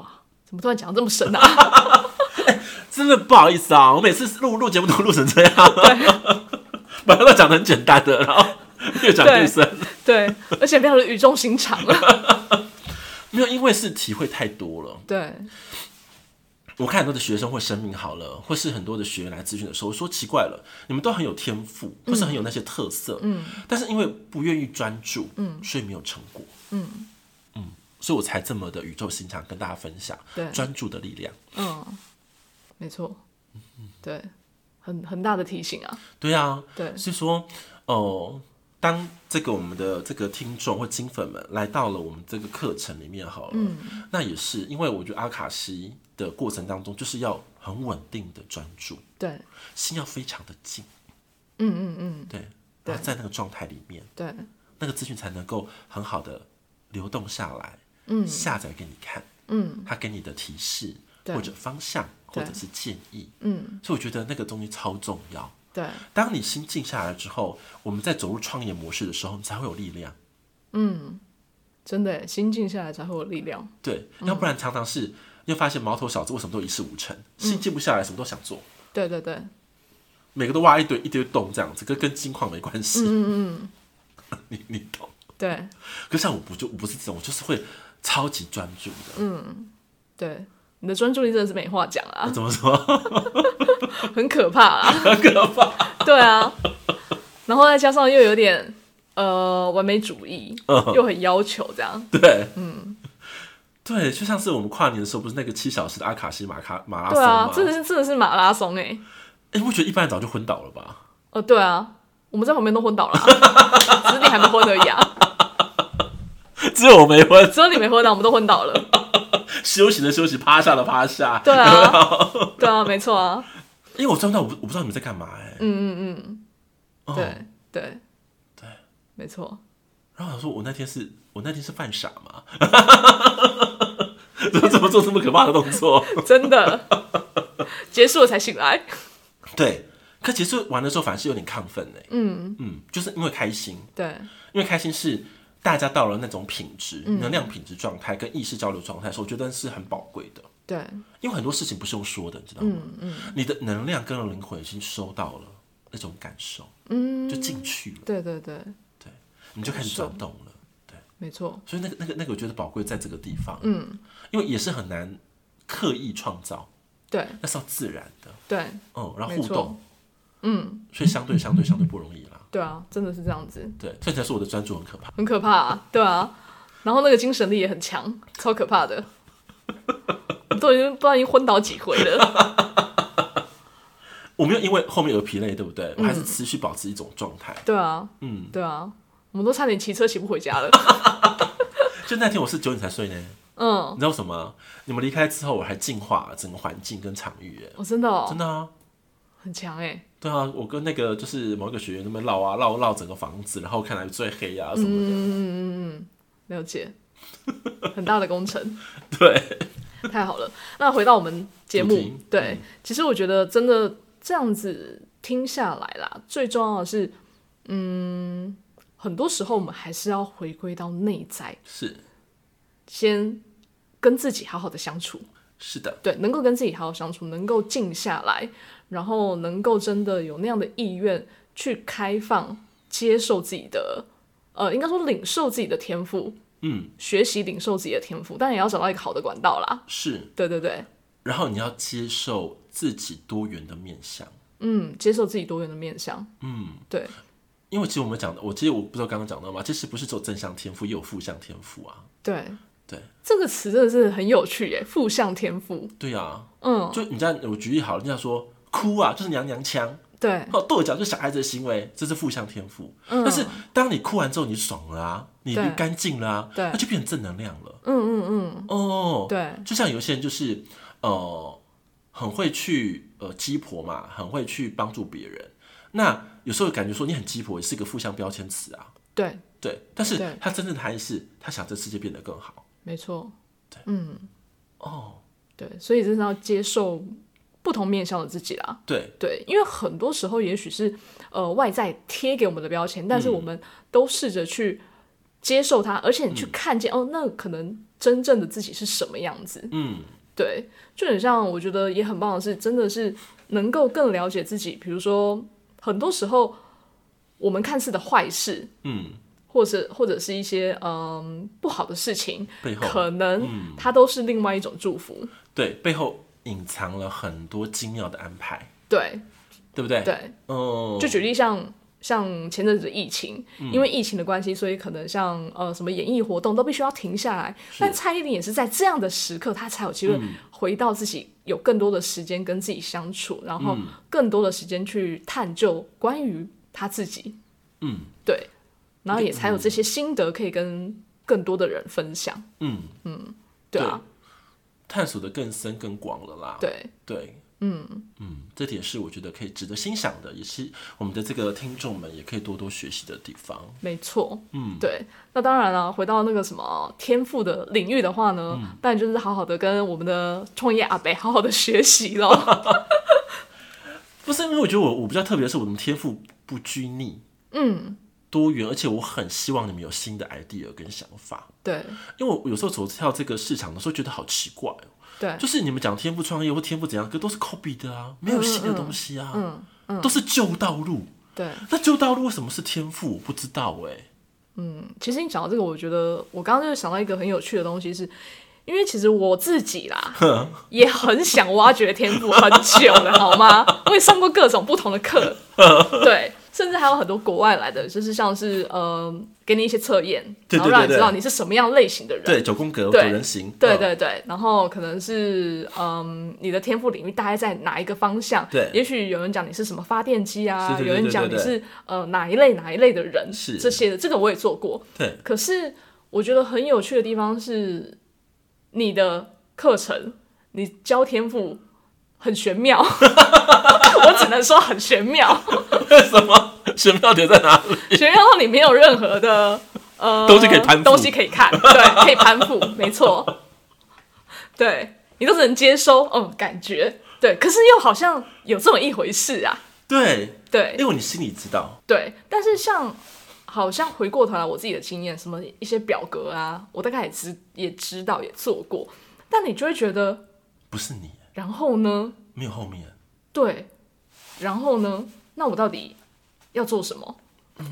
S2: 哇，怎么突然讲得这么深啊？
S1: 真的不好意思啊，我每次录录节目都录成这 样， 本来都讲的很简单的，然后越讲越深。
S2: 对，而且非常的语重心长 啊。
S1: 没有，因为是体会太多了。
S2: 对，
S1: 我看很多的学生或生命好了，或是很多的学员来咨询的时候，我说奇怪了，你们都很有天赋，或是很有那些特色，嗯，但是因为不愿意专注，嗯，所以没有成果，嗯所以我才这么的宇宙心肠跟大家分享，
S2: 对
S1: 专注的力量，
S2: 嗯，没错，对，很很大的提醒啊。
S1: 对啊，
S2: 对
S1: 所以说，嗯、哦，当这个我们的这个听众或金粉们来到了我们这个课程里面好了，那也是因为我觉得阿卡西的过程当中，就是要很稳定的专注，
S2: 对
S1: 心要非常的静，嗯嗯嗯，对，
S2: 对
S1: 然后在那个状态里面，
S2: 对
S1: 那个资讯才能够很好的流动下来，嗯，下载给你看，嗯，他给你的提示
S2: 对
S1: 或者方向或
S2: 对
S1: 者是建议，
S2: 嗯，
S1: 所以我觉得那个东西超重要。
S2: 对，
S1: 当你心静下来之后，我们在走入创业模式的时候，你才会有力量。
S2: 真的耶心静下来才会有力量。
S1: 对，要不然常常是你会发现毛头小子为什么都一事无成，心静不下来，什么都想做，
S2: 对对对，
S1: 每个都挖一堆一堆洞这样子，跟跟金矿没关系。嗯嗯， 你你懂。
S2: 对
S1: 可是像我不就我不是这种，我就是会超级专注的。嗯，
S2: 对，你的专注力真的是没话讲啊，
S1: 怎么说？
S2: 很可怕啊，很可怕。对啊，然后再加上又有点呃完美主义，
S1: 嗯
S2: 又很要求这样。
S1: 对，嗯。对，就像是我们跨年的时候，不是那个七小时的阿卡西马卡马拉松
S2: 对啊
S1: 吗，？
S2: 真的是真的是马拉松哎、
S1: 哎、我觉得一般人早就昏倒了吧？
S2: 呃，对啊，我们在旁边都昏倒了啊、只是你还没昏而已啊。
S1: 只有我没昏，
S2: 只有你没昏啊倒，我们都昏倒了。
S1: 休息的休息，趴下的趴下。
S2: 对 啊，对啊，没错啊，
S1: 因为我赚到，我不我不知道你们在干嘛哎、嗯嗯嗯，
S2: 对、
S1: 哦。
S2: 对对，没错，
S1: 然后我想说，我那天是我那天是犯傻吗？ 怎么怎么做这么可怕的动作？
S2: 真的， 结束了才醒来。
S1: 对，可其实玩的时候反而是有点亢奋哎、嗯嗯，就是因为开心，
S2: 对
S1: 因为开心是大家到了那种品质、能量品质状态跟意识交流状态的时候，我觉得是很宝贵的。
S2: 对
S1: 因为很多事情不是用说的，你知道吗？嗯你的能量跟灵魂已经收到了那种感受，嗯，就进去了，
S2: 对对对，
S1: 对，你就开始转动了。
S2: 没错，
S1: 所以那个那个那个，我觉得宝贵在这个地方，嗯，因为也是很难刻意创造，
S2: 对
S1: 那是要自然的，
S2: 对
S1: 嗯，然后
S2: 没
S1: 互
S2: 错
S1: 动，嗯，所以相对相对相对不容易啦，
S2: 对啊，真的是这样子，
S1: 对，所以才说我的专注很可怕，
S2: 很可怕、啊，对啊。然后那个精神力也很强，超可怕 的，我都已经不知道已经昏倒几回了。
S1: 我没有因为后面而疲累，对不对？我还是持续保持一种状态，
S2: 对啊，
S1: 嗯，
S2: 对啊，我们都差点骑车骑不回家 了。
S1: 就那天我是九点才睡呢，
S2: 嗯，
S1: 你知道为什么？你们离开之后，我还净化了整个环境跟场域，哎，
S2: 我、真的、哦
S1: 真、的啊。
S2: 很强哎、
S1: 对啊，我跟那个就是某一个学员那边绕啊绕绕整个房子，然后看来最黑啊什么的，
S2: 嗯了解，很大的工程，
S1: 对，
S2: 太好了。那回到我们节
S1: 主
S2: 目
S1: 题，嗯
S2: 对，其实我觉得真的这样子听下来啦，最重要的是，嗯，很多时候我们还是要回归到内在，
S1: 是
S2: 先跟自己好好的相处，
S1: 是的，
S2: 对，能够跟自己好好相处，能够静下来，然后能够真的有那样的意愿去开放、接受自己的，呃，应该说领受自己的天赋，
S1: 嗯，
S2: 学习领受自己的天赋，但也要找到一个好的管道啦。
S1: 是。
S2: 对对对，
S1: 然后你要接受自己多元的面相。
S2: 嗯，接受自己多元的面相，嗯，对
S1: 因为其实我们讲的，我其实我不知道刚刚讲到吗？其实不是只有正向天赋，也有负向天赋啊。
S2: 对，
S1: 对，
S2: 这个词真的是很有趣耶，负向天赋，
S1: 对啊，
S2: 嗯，
S1: 就你这样，我举例好了，人家说哭啊，就是娘娘腔，
S2: 对
S1: 哦，跺脚就是小孩子的行为，这是负向天赋。
S2: 嗯
S1: 但是当你哭完之后，你爽了啊，你
S2: 对
S1: 干净了啊，
S2: 对
S1: 那就变成正能量了。嗯嗯嗯，哦，
S2: 对
S1: 就像有些人就是呃，很会去呃鸡婆嘛，很会去帮助别人。那有时候感觉说你很鸡婆，也是一个负向标签词啊。
S2: 对，
S1: 对，但
S2: 对
S1: 是他真正的含义是，他想这世界变得更好。
S2: 没错，嗯
S1: 哦，
S2: 对，所以真的要接受不同面向的自己啦，
S1: 对，
S2: 对，因为很多时候也许是呃外在贴给我们的标签，
S1: 嗯
S2: 但是我们都试着去接受它，而且你去
S1: 嗯
S2: 看见、哦，那可能真正的自己是什么样子。
S1: 嗯，
S2: 对，就很像我觉得也很棒的是，真的是能够更了解自己。比如说，很多时候我们看似的坏事，
S1: 嗯，
S2: 或者或者是一些嗯不好的事情，
S1: 背后
S2: 可能它都是另外一种祝福。
S1: 对背后隐藏了很多精妙的安排，
S2: 对
S1: 对不对？，
S2: 对，
S1: 哦，
S2: 就举例像像前阵子的疫情，因为疫情的关系，所以可能像呃什么演艺活动都必须要停下来。但蔡依林也是嗯在这样的时刻，她才有机会回到自己，有更多的时间跟嗯自己相处，然后更多的时间去探究关于她自己。
S1: 嗯
S2: 对，然后也才有这些心得可以跟更多的人分享，
S1: 嗯，
S2: 对啊，
S1: 探索的更深更广了啦。
S2: 对，
S1: 对，嗯嗯，这点是我觉得可以值得欣赏的，也是我们的这个听众们也可以多多学习的地方。
S2: 没错，
S1: 嗯，
S2: 对，那当然了，回到那个什么天赋的领域的话呢，
S1: 嗯
S2: 当然就是好好的跟我们的创业阿北好好的学习 咯。
S1: 不是因为我觉得我我比较特别的是我的天赋不拘泥，
S2: 嗯，
S1: 多元，而且我很希望你们有新的 idea 跟想法，
S2: 对
S1: 因为我有时候走跳这个市场的时候觉得好奇怪哦。
S2: 对
S1: 就是你们讲天赋创业或天赋怎样，可都是 copy 的啊，没有新的东西啊，
S2: 嗯
S1: 都是旧道路。
S2: 对，
S1: 那旧道路为什么是天赋？我不知道哎、
S2: 其实你讲到这个，我觉得我刚刚就是想到一个很有趣的东西是，因为其实我自己啦， 也很想挖掘天赋很久了，好吗？我也上过各种不同的课，对，甚至还有很多国外来的，就是像是呃，给你一些测验，
S1: 对
S2: 然后
S1: 对对
S2: 让你知
S1: 对
S2: 道你是什么样类型的人，
S1: 对，九宫格、九
S2: 对
S1: 人形，
S2: 对
S1: 嗯，
S2: 对对，然后可能是嗯，你的天赋领域大概在哪一个方向？
S1: 对
S2: 也许有人讲你是什么发电机啊，
S1: 是对对
S2: 有人
S1: 对
S2: 讲
S1: 对
S2: 你
S1: 对
S2: 是呃哪一类哪一类的人，
S1: 是
S2: 这些的，这个我也做过。
S1: 对，
S2: 可是我觉得很有趣的地方是，你的课程，你教天赋很 玄妙， 我只能说很玄妙，
S1: 为什么选票点在哪里？
S2: 玄妙到你没有任何的呃
S1: 东西可以攀附
S2: 东西可以 看，对，可以攀附，没错，对你都只能接收，嗯，感觉对，可是又好像有这么一回事啊，
S1: 对，
S2: 对
S1: 因为你心里知道，
S2: 对，但是像好像回过头来我自己的经验，什么一些表格啊，我大概也知也知道也做过，但你就会觉得，
S1: 不是你，
S2: 然后呢，
S1: 没有后面。
S2: 对，然后呢？那我到底要做什么？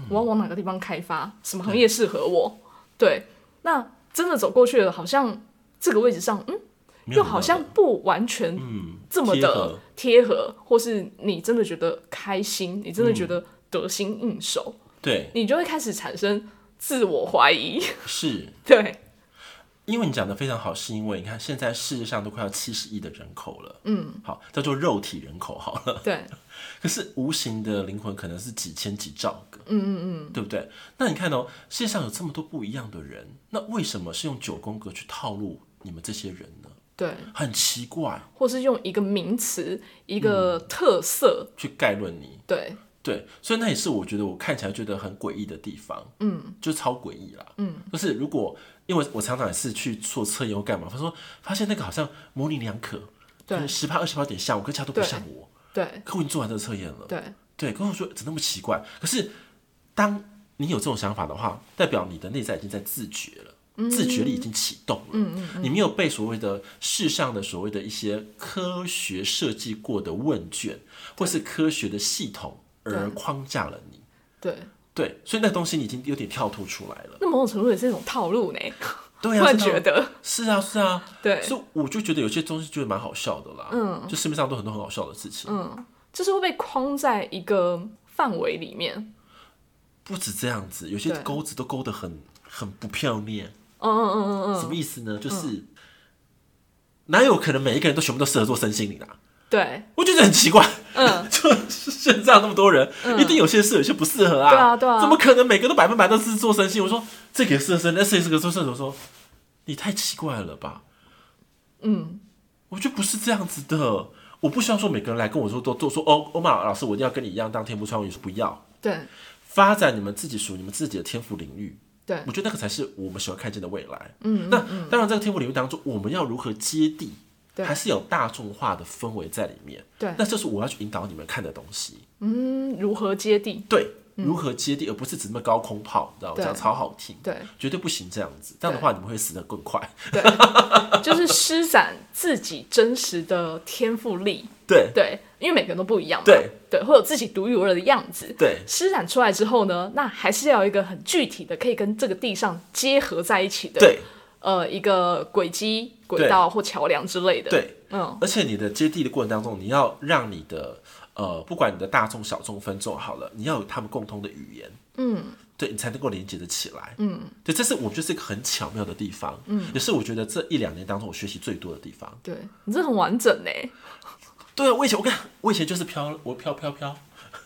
S2: 我要往哪个地方开发？什么行业适合我？对，那真的走过去了，好像这个位置上，嗯，
S1: 没有那个
S2: 又好像不完全
S1: 嗯，
S2: 这么
S1: 贴
S2: 的
S1: 合
S2: 贴合，或是你真的觉得开心，你真的觉
S1: 嗯
S2: 得得心应手，
S1: 对，
S2: 你就会开始产生自我怀疑。
S1: 是
S2: 对，
S1: 因为你讲的非常好，是因为你看现在世界上都快要七十亿的人口了，嗯，好，叫做肉体人口好了，
S2: 对，
S1: 可是无形的灵魂可能是几千几兆个，嗯嗯嗯，对不对？那你看哦，世界上有这么多不一样的人，那为什么是用九宫格去套路你们这些人呢？
S2: 对，
S1: 很奇怪，
S2: 或是用一个名词、一个
S1: 嗯
S2: 特色，
S1: 去概论你，
S2: 对，
S1: 对，所以那也是我觉得我看起来觉得很诡异的地方，嗯，就超诡异啦，嗯，就是如果因为我常常也是去做测验或干嘛，他说发现那个好像模棱两可，
S2: 对
S1: 十趴二十趴点像我，可是其他都不
S2: 对
S1: 像我，
S2: 对，
S1: 可我已经做完这个测验了，
S2: 对，
S1: 对，可是我说怎么那么奇怪？可是当你有这种想法的话，代表你的内在已经在自觉了。自觉力已经启动了，嗯嗯你没有被所谓的世上的所谓的一些科学设计过的问卷或是科学的系统而框架了你，
S2: 对。
S1: 对，所以那东西你已经有点跳脱出来了，
S2: 那某种程度也是一种套 路呢。
S1: 对啊
S2: 突然
S1: 是套路
S2: 觉得，
S1: 是啊是啊，
S2: 对
S1: 所以我就觉得有些东西觉得蛮好笑的啦，嗯，就市面上都很多很好笑的事情，
S2: 嗯，就是会被框在一个范围里面。
S1: 不止这样子，有些
S2: 对
S1: 钩子都勾得很很不漂亮，
S2: 嗯嗯嗯嗯嗯，嗯
S1: 什么意思呢？就是哪有可能每一个人都全部都适合做身心灵啊？
S2: 对，
S1: 我觉得很奇怪，
S2: 嗯，
S1: 就是现在那么多人，一定有些适合，有些不适合啊。
S2: 对啊对啊
S1: 怎么可能每个都百分百都是做身心？我说这个也适合身，那这个做身心，我说你太奇怪了吧？
S2: 嗯，
S1: 我觉得不是这样子的。我不希望说每个人来跟我说都都说哦，欧玛老师，我一定要跟你一样当天赋创业，我说不要
S2: 对
S1: 发展你们自己属于你们自己的天赋领域。
S2: 对
S1: 我觉得那个才是我们喜欢看见的未来。嗯，那当然，在这个天赋领域当中，我们要如何接地，
S2: 对
S1: 还是有大众化的氛围在里面。
S2: 对
S1: 那，这是我要去引导你们看的东西。
S2: 嗯，如何接地？
S1: 对，如何接地，而不是只那么高空炮，你知道吗？
S2: 对
S1: 讲超好听，
S2: 对
S1: 绝对不行这样子。这样的话，你们会死得更快。
S2: 对，就是施展自己真实的天赋力。
S1: 对
S2: 对，因为每个人都不一样嘛。
S1: 对
S2: 对，会有自己独一无二的样子。
S1: 对
S2: 施展出来之后呢，那还是要有一个很具体的，可以跟这个地上结合在一起的，
S1: 对
S2: 呃，一个轨迹、轨
S1: 对
S2: 道或桥梁之类的。
S1: 对，
S2: 嗯，
S1: 而且你的接地的过程当中，你要让你的呃，不管你的大众、小众、分众好了，你要有他们共通的语言，嗯，对你才能够连接的起来，嗯，对，这是我觉得是一个很巧妙的地方，嗯，也是我觉得这一两年当中我学习最多的地方。
S2: 对你这很完整呢。
S1: 啊对，我以前我跟你讲我以前就是飘，我飘飘飘，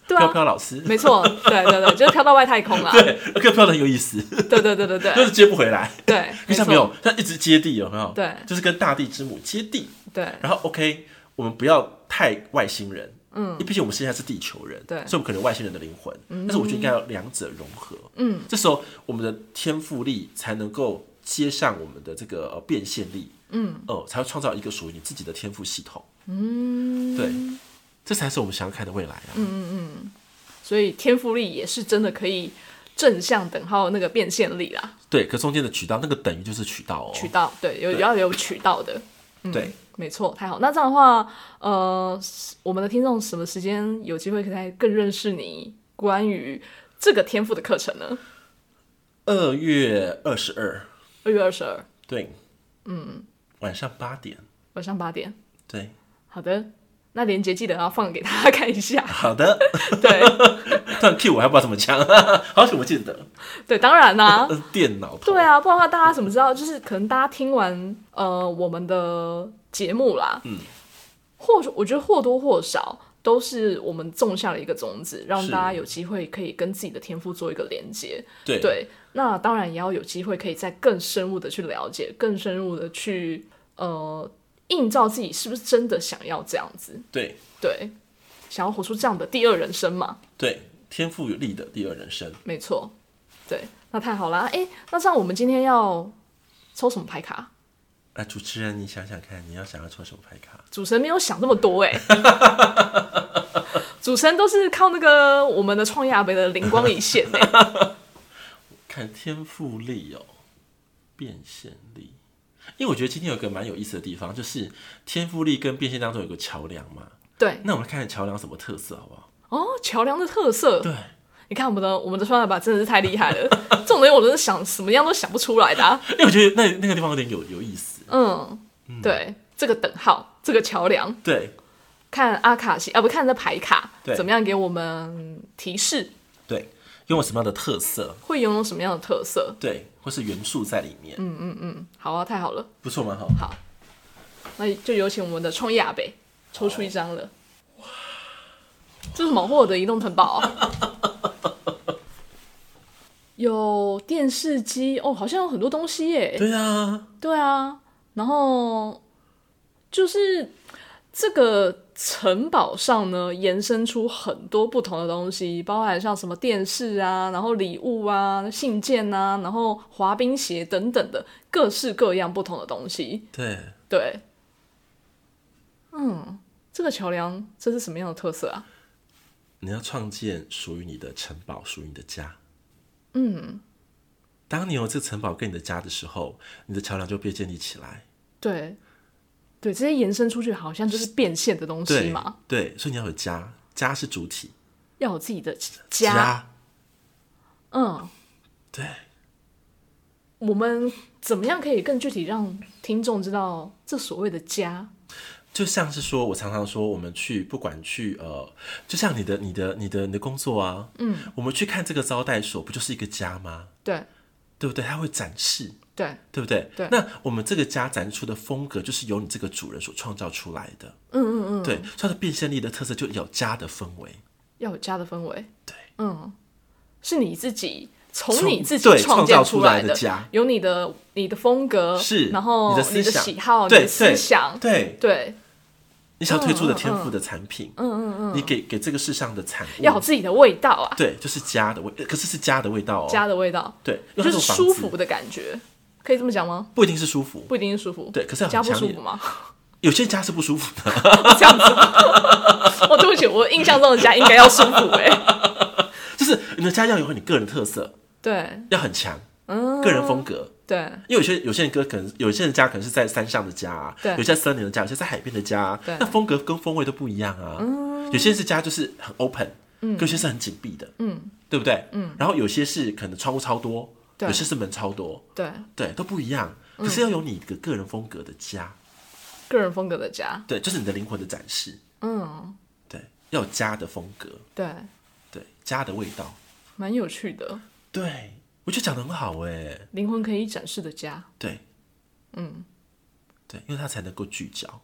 S2: 对
S1: 飘
S2: 啊，
S1: 飘老师，
S2: 没错，对对对，就是飘到外太空啦。
S1: 对，飘飘的很有意思，
S2: 对对对 对
S1: 就
S2: 对
S1: 是接不回来，
S2: 对，
S1: 因为他
S2: 错
S1: 没有，他一直接地，有没有？
S2: 对
S1: 就是跟大地之母接地。
S2: 对
S1: 然后 OK，我们不要太外星人，嗯，毕竟我们现在是地球人，
S2: 对
S1: 所以我们可能有外星人的灵魂，但是我觉得应该要两者融合，嗯，这时候我们的天赋力才能够接上我们的这个呃变现力，嗯，哦、才会创造一个属于你自己的天赋系统，嗯，对，这才是我们想要看的未来啊，嗯，
S2: 所以天赋力也是真的可以正向等号那个变现力啦，
S1: 对，可中间的渠道那个等于就是渠嗯道哦，
S2: 渠道对有
S1: 对
S2: 要有渠道的，
S1: 对，
S2: 没错，太好。那这样的话，呃，我们的听众什么时间有机会可以再更认识你关于这个天赋的课程呢？
S1: 二月二十二，
S2: 二月二十二
S1: 对，嗯，晚上八点，
S2: 晚上八点，
S1: 对，，
S2: 好的。那连接记得要放给大家看一下
S1: 好的。
S2: 对
S1: 突然 Q 我还不知道怎么讲， 好久不记得。
S2: 对，当然啦、
S1: 呃，电脑头
S2: 对啊，不然的话大家怎么知道？就是可能大家听完呃我们的节目啦，嗯，或我觉得或多或少都是我们种下了一个种子，让
S1: 是
S2: 大家有机会可以跟自己的天赋做一个连接。
S1: 对
S2: 对，那当然也要有机会可以再更深入的去了解，更深入的去呃映照自己是不是真的想要这样子，
S1: 对
S2: 对，想要活出这样的第二人生嘛。
S1: 对天赋有力的第二人生，
S2: 没错，对，那太好啦！哎，那这样我们今天要抽什么牌卡？
S1: 哎，主持人，你想想看，你要想要抽什么牌卡？
S2: 主持人没有想那么多哎、主持人都是靠那个我们的创业阿北的灵光一现哎、
S1: 看天赋力哦，变现力。因为我觉得今天有个蛮有意思的地方，就是天赋力跟变现当中有个桥梁嘛。
S2: 对，
S1: 那我们看看桥梁什么特色好不好？
S2: 哦，桥梁的特色，
S1: 对，
S2: 你看我们的我们的创业阿伯真的是太厉害了，这种东西我真的想什么样都想不出来的、啊。
S1: 因为我觉得那那个地方有点有有意思。
S2: 嗯，对，这个等号，这个桥梁，
S1: 对
S2: 看阿卡西啊，不看这牌卡
S1: 对
S2: 怎么样给我们提示，
S1: 对，拥有什么样的特色？
S2: 会拥有什么样的特色？
S1: 对，或是元素在里面，嗯，
S2: 好啊，太好了。
S1: 不错嘛哈。
S2: 好，那就有请我们的创业阿北抽出一张了。这是什么？获得移动城堡、啊。有电视机哦，好像有很多东西耶。
S1: 对啊，
S2: 对啊，然后就是这个城堡上呢，延伸出很多不同的东西，包含像什么电视啊，然后礼物啊、信件啊，然后滑冰鞋等等的各式各样不同的东西。
S1: 对，
S2: 对，嗯，这个桥梁这是什么样的特色啊？
S1: 你要创建属于你的城堡，属于你的家。嗯，当你有这个城堡跟你的家的时候，你的桥梁就被建立起来。
S2: 对，对，这些延伸出去好像就是变现的东西
S1: 对
S2: 嘛，
S1: 对，所以你要有家，家是主体，
S2: 要有自己的家。嗯，
S1: 对，
S2: 我们怎么样可以更具体让听众知道这所谓的家？
S1: 就像是说，我常常说，我们去不管去呃，就像你的、你的、你的、你的工作啊，嗯，我们去看这个招待所，不就是一个家吗？
S2: 对，
S1: 对不对？它会展示，
S2: 对，
S1: 对不对？
S2: 对
S1: 那我们这个家展示出的风格，就是由你这个主人所创造出来的。嗯嗯嗯。对，所以它的变现力的特色就有家的氛围。
S2: 要有家的氛围。
S1: 对，
S2: 嗯，是你自己。从
S1: 从
S2: 你自己
S1: 对
S2: 创
S1: 创
S2: 建
S1: 造
S2: 出
S1: 出
S2: 来
S1: 来的家
S2: 有你的你的风格，
S1: 是，
S2: 然
S1: 你
S2: 后
S1: 的
S2: 你
S1: 思
S2: 的
S1: 想
S2: 喜好、你
S1: 对
S2: 的思
S1: 对
S2: 想，
S1: 对
S2: 对，
S1: 你想要推出的天赋的产品，嗯嗯嗯，你给给这个世上的产物，
S2: 要有自己的味道啊，
S1: 对，就是家的味，呃可是是家的味道哦，
S2: 家的味道，
S1: 对，因
S2: 就
S1: 为它
S2: 是
S1: 房
S2: 舒
S1: 子
S2: 服，的感觉，可以这么讲吗？
S1: 不一定是舒服，
S2: 不一定是舒服，
S1: 对可是很
S2: 家不
S1: 强
S2: 舒
S1: 烈
S2: 服吗？
S1: 有些家是不舒服的，
S2: 这样子吗， 哦，对不起，我印象中的家应该要舒服哎、
S1: 就是你的家要有你个人特色，
S2: 对
S1: 要很强，个人风格。
S2: 对
S1: 因为有些有些人哥可能有些人家可能是在山上的家、啊，
S2: 对
S1: 有些在森林的家，有些在海边的家、啊
S2: 对，
S1: 那风格跟风味都不一样啊。有些是家就是很 open，嗯，有些是很紧闭的，嗯，对不对？嗯，然后有些是可能窗户超多，
S2: 对
S1: 有些是门超多，
S2: 对，
S1: 对，都不一样。可是要有你的个人风格的家，
S2: 个人风格的家，
S1: 对，就是你的灵魂的展示，
S2: 嗯，
S1: 对，要有家的风格，
S2: 对，
S1: 对，家的味道，
S2: 蛮有趣的，
S1: 对我觉得讲的很好哎，
S2: 灵魂可以展示的家，
S1: 对，嗯，对，因为它才能够聚焦，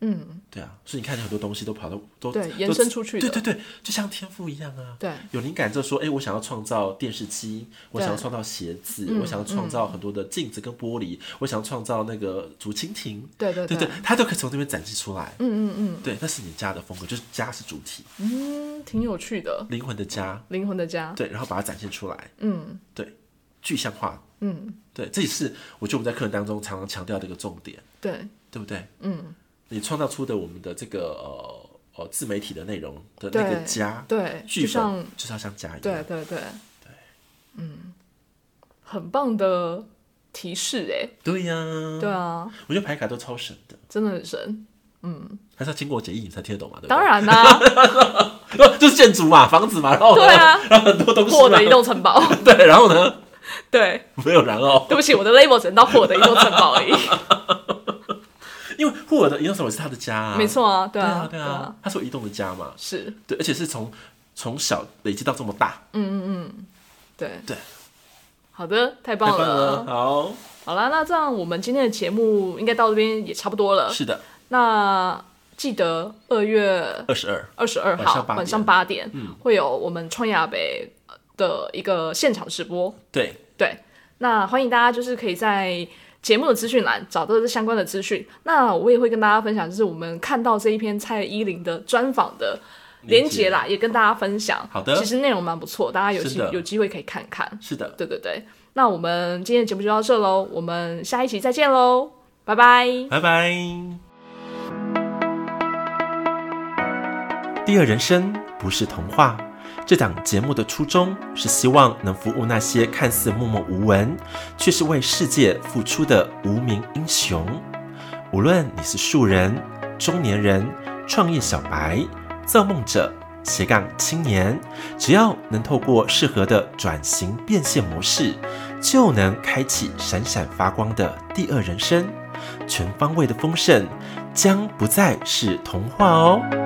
S2: 嗯，
S1: 对啊，所以你看很多东西都跑到都
S2: 对
S1: 都
S2: 延伸出去的
S1: 对对对，就像天赋一样啊。
S2: 对
S1: 有灵感就说，哎、我想要创造电视机，我想要创造鞋子，
S2: 嗯
S1: 我想要创造很多的镜子跟玻璃，我想要创造那个竹蜻蜓，
S2: 对对
S1: 对
S2: 对，
S1: 它都可以从这边展示出来。
S2: 嗯嗯嗯
S1: 对，那是你家的风格，就是家是主体，
S2: 嗯，挺有趣的，
S1: 灵魂的家，
S2: 灵魂的家，
S1: 对，然后把它展现出来，
S2: 嗯
S1: 对，具象化，
S2: 嗯，
S1: 对，这也是我觉得我们在课程当中常常强调的一个重点，
S2: 对，
S1: 对不对？
S2: 嗯，
S1: 你创造出的我们的这个呃呃自媒体的内容的
S2: 对
S1: 那个家，
S2: 对，
S1: 啊剧
S2: 就像
S1: 本就是要像家一样，
S2: 对对对对，嗯，很棒的提示哎、
S1: 对呀、
S2: 对啊，
S1: 我觉得牌卡都超神的，
S2: 真的很神，
S1: 还是要经过解译你才听得懂嘛，对不对？
S2: 当然啦、
S1: 哦然， 就是建筑嘛，房子嘛，然后呢，
S2: 对啊，
S1: 然后很 多东西
S2: 获
S1: 嘛
S2: 得移，动城堡，
S1: 对，然后呢，
S2: 对，
S1: 没有然后，
S2: 对不起，我的 label 只能到获得移动城堡而已，
S1: 因为霍尔的移动城堡是他的家、啊，
S2: 没，错啊，对
S1: 对啊
S2: 啊，，
S1: 对啊，，他是我移动的家嘛，
S2: 是，
S1: 对，而且是从从小累积到这么大，
S2: 对
S1: 对，
S2: 好的，太
S1: 太
S2: 棒
S1: 棒了，
S2: 了，
S1: 好，
S2: 好啦，那这样我们今天的节目应该到这边也差不多了，
S1: 是的，
S2: 那记得二月
S1: 二十二，
S2: 二十二
S1: 晚上8
S2: 号
S1: 点嗯
S2: 晚上八点会有我们创亚北的一个现场直播。
S1: 对，
S2: 对，那欢迎大家就是可以在节目的资讯栏找到这相关的资讯。那我也会跟大家分享，就是我们看到这一篇蔡依林的专访的连接啦，也跟大家分享。
S1: 好的
S2: 其实内容蛮不错，大家有
S1: 是
S2: 机
S1: 的
S2: 有机会可以看看。
S1: 是的，
S2: 对对对，那我们今天的节目就到这喽，我们下一期再见喽，拜拜。
S1: 拜拜。第二人生不是童话。这档节目的初衷是希望能服务那些看似默默无闻，却是为世界付出的无名英雄。无论你是素人、中年人、创业小白、造梦者、斜杠青年，只要能透过适合的转型变现模式，就能开启闪闪发光的第二人生。全方位的丰盛将不再是童话哦。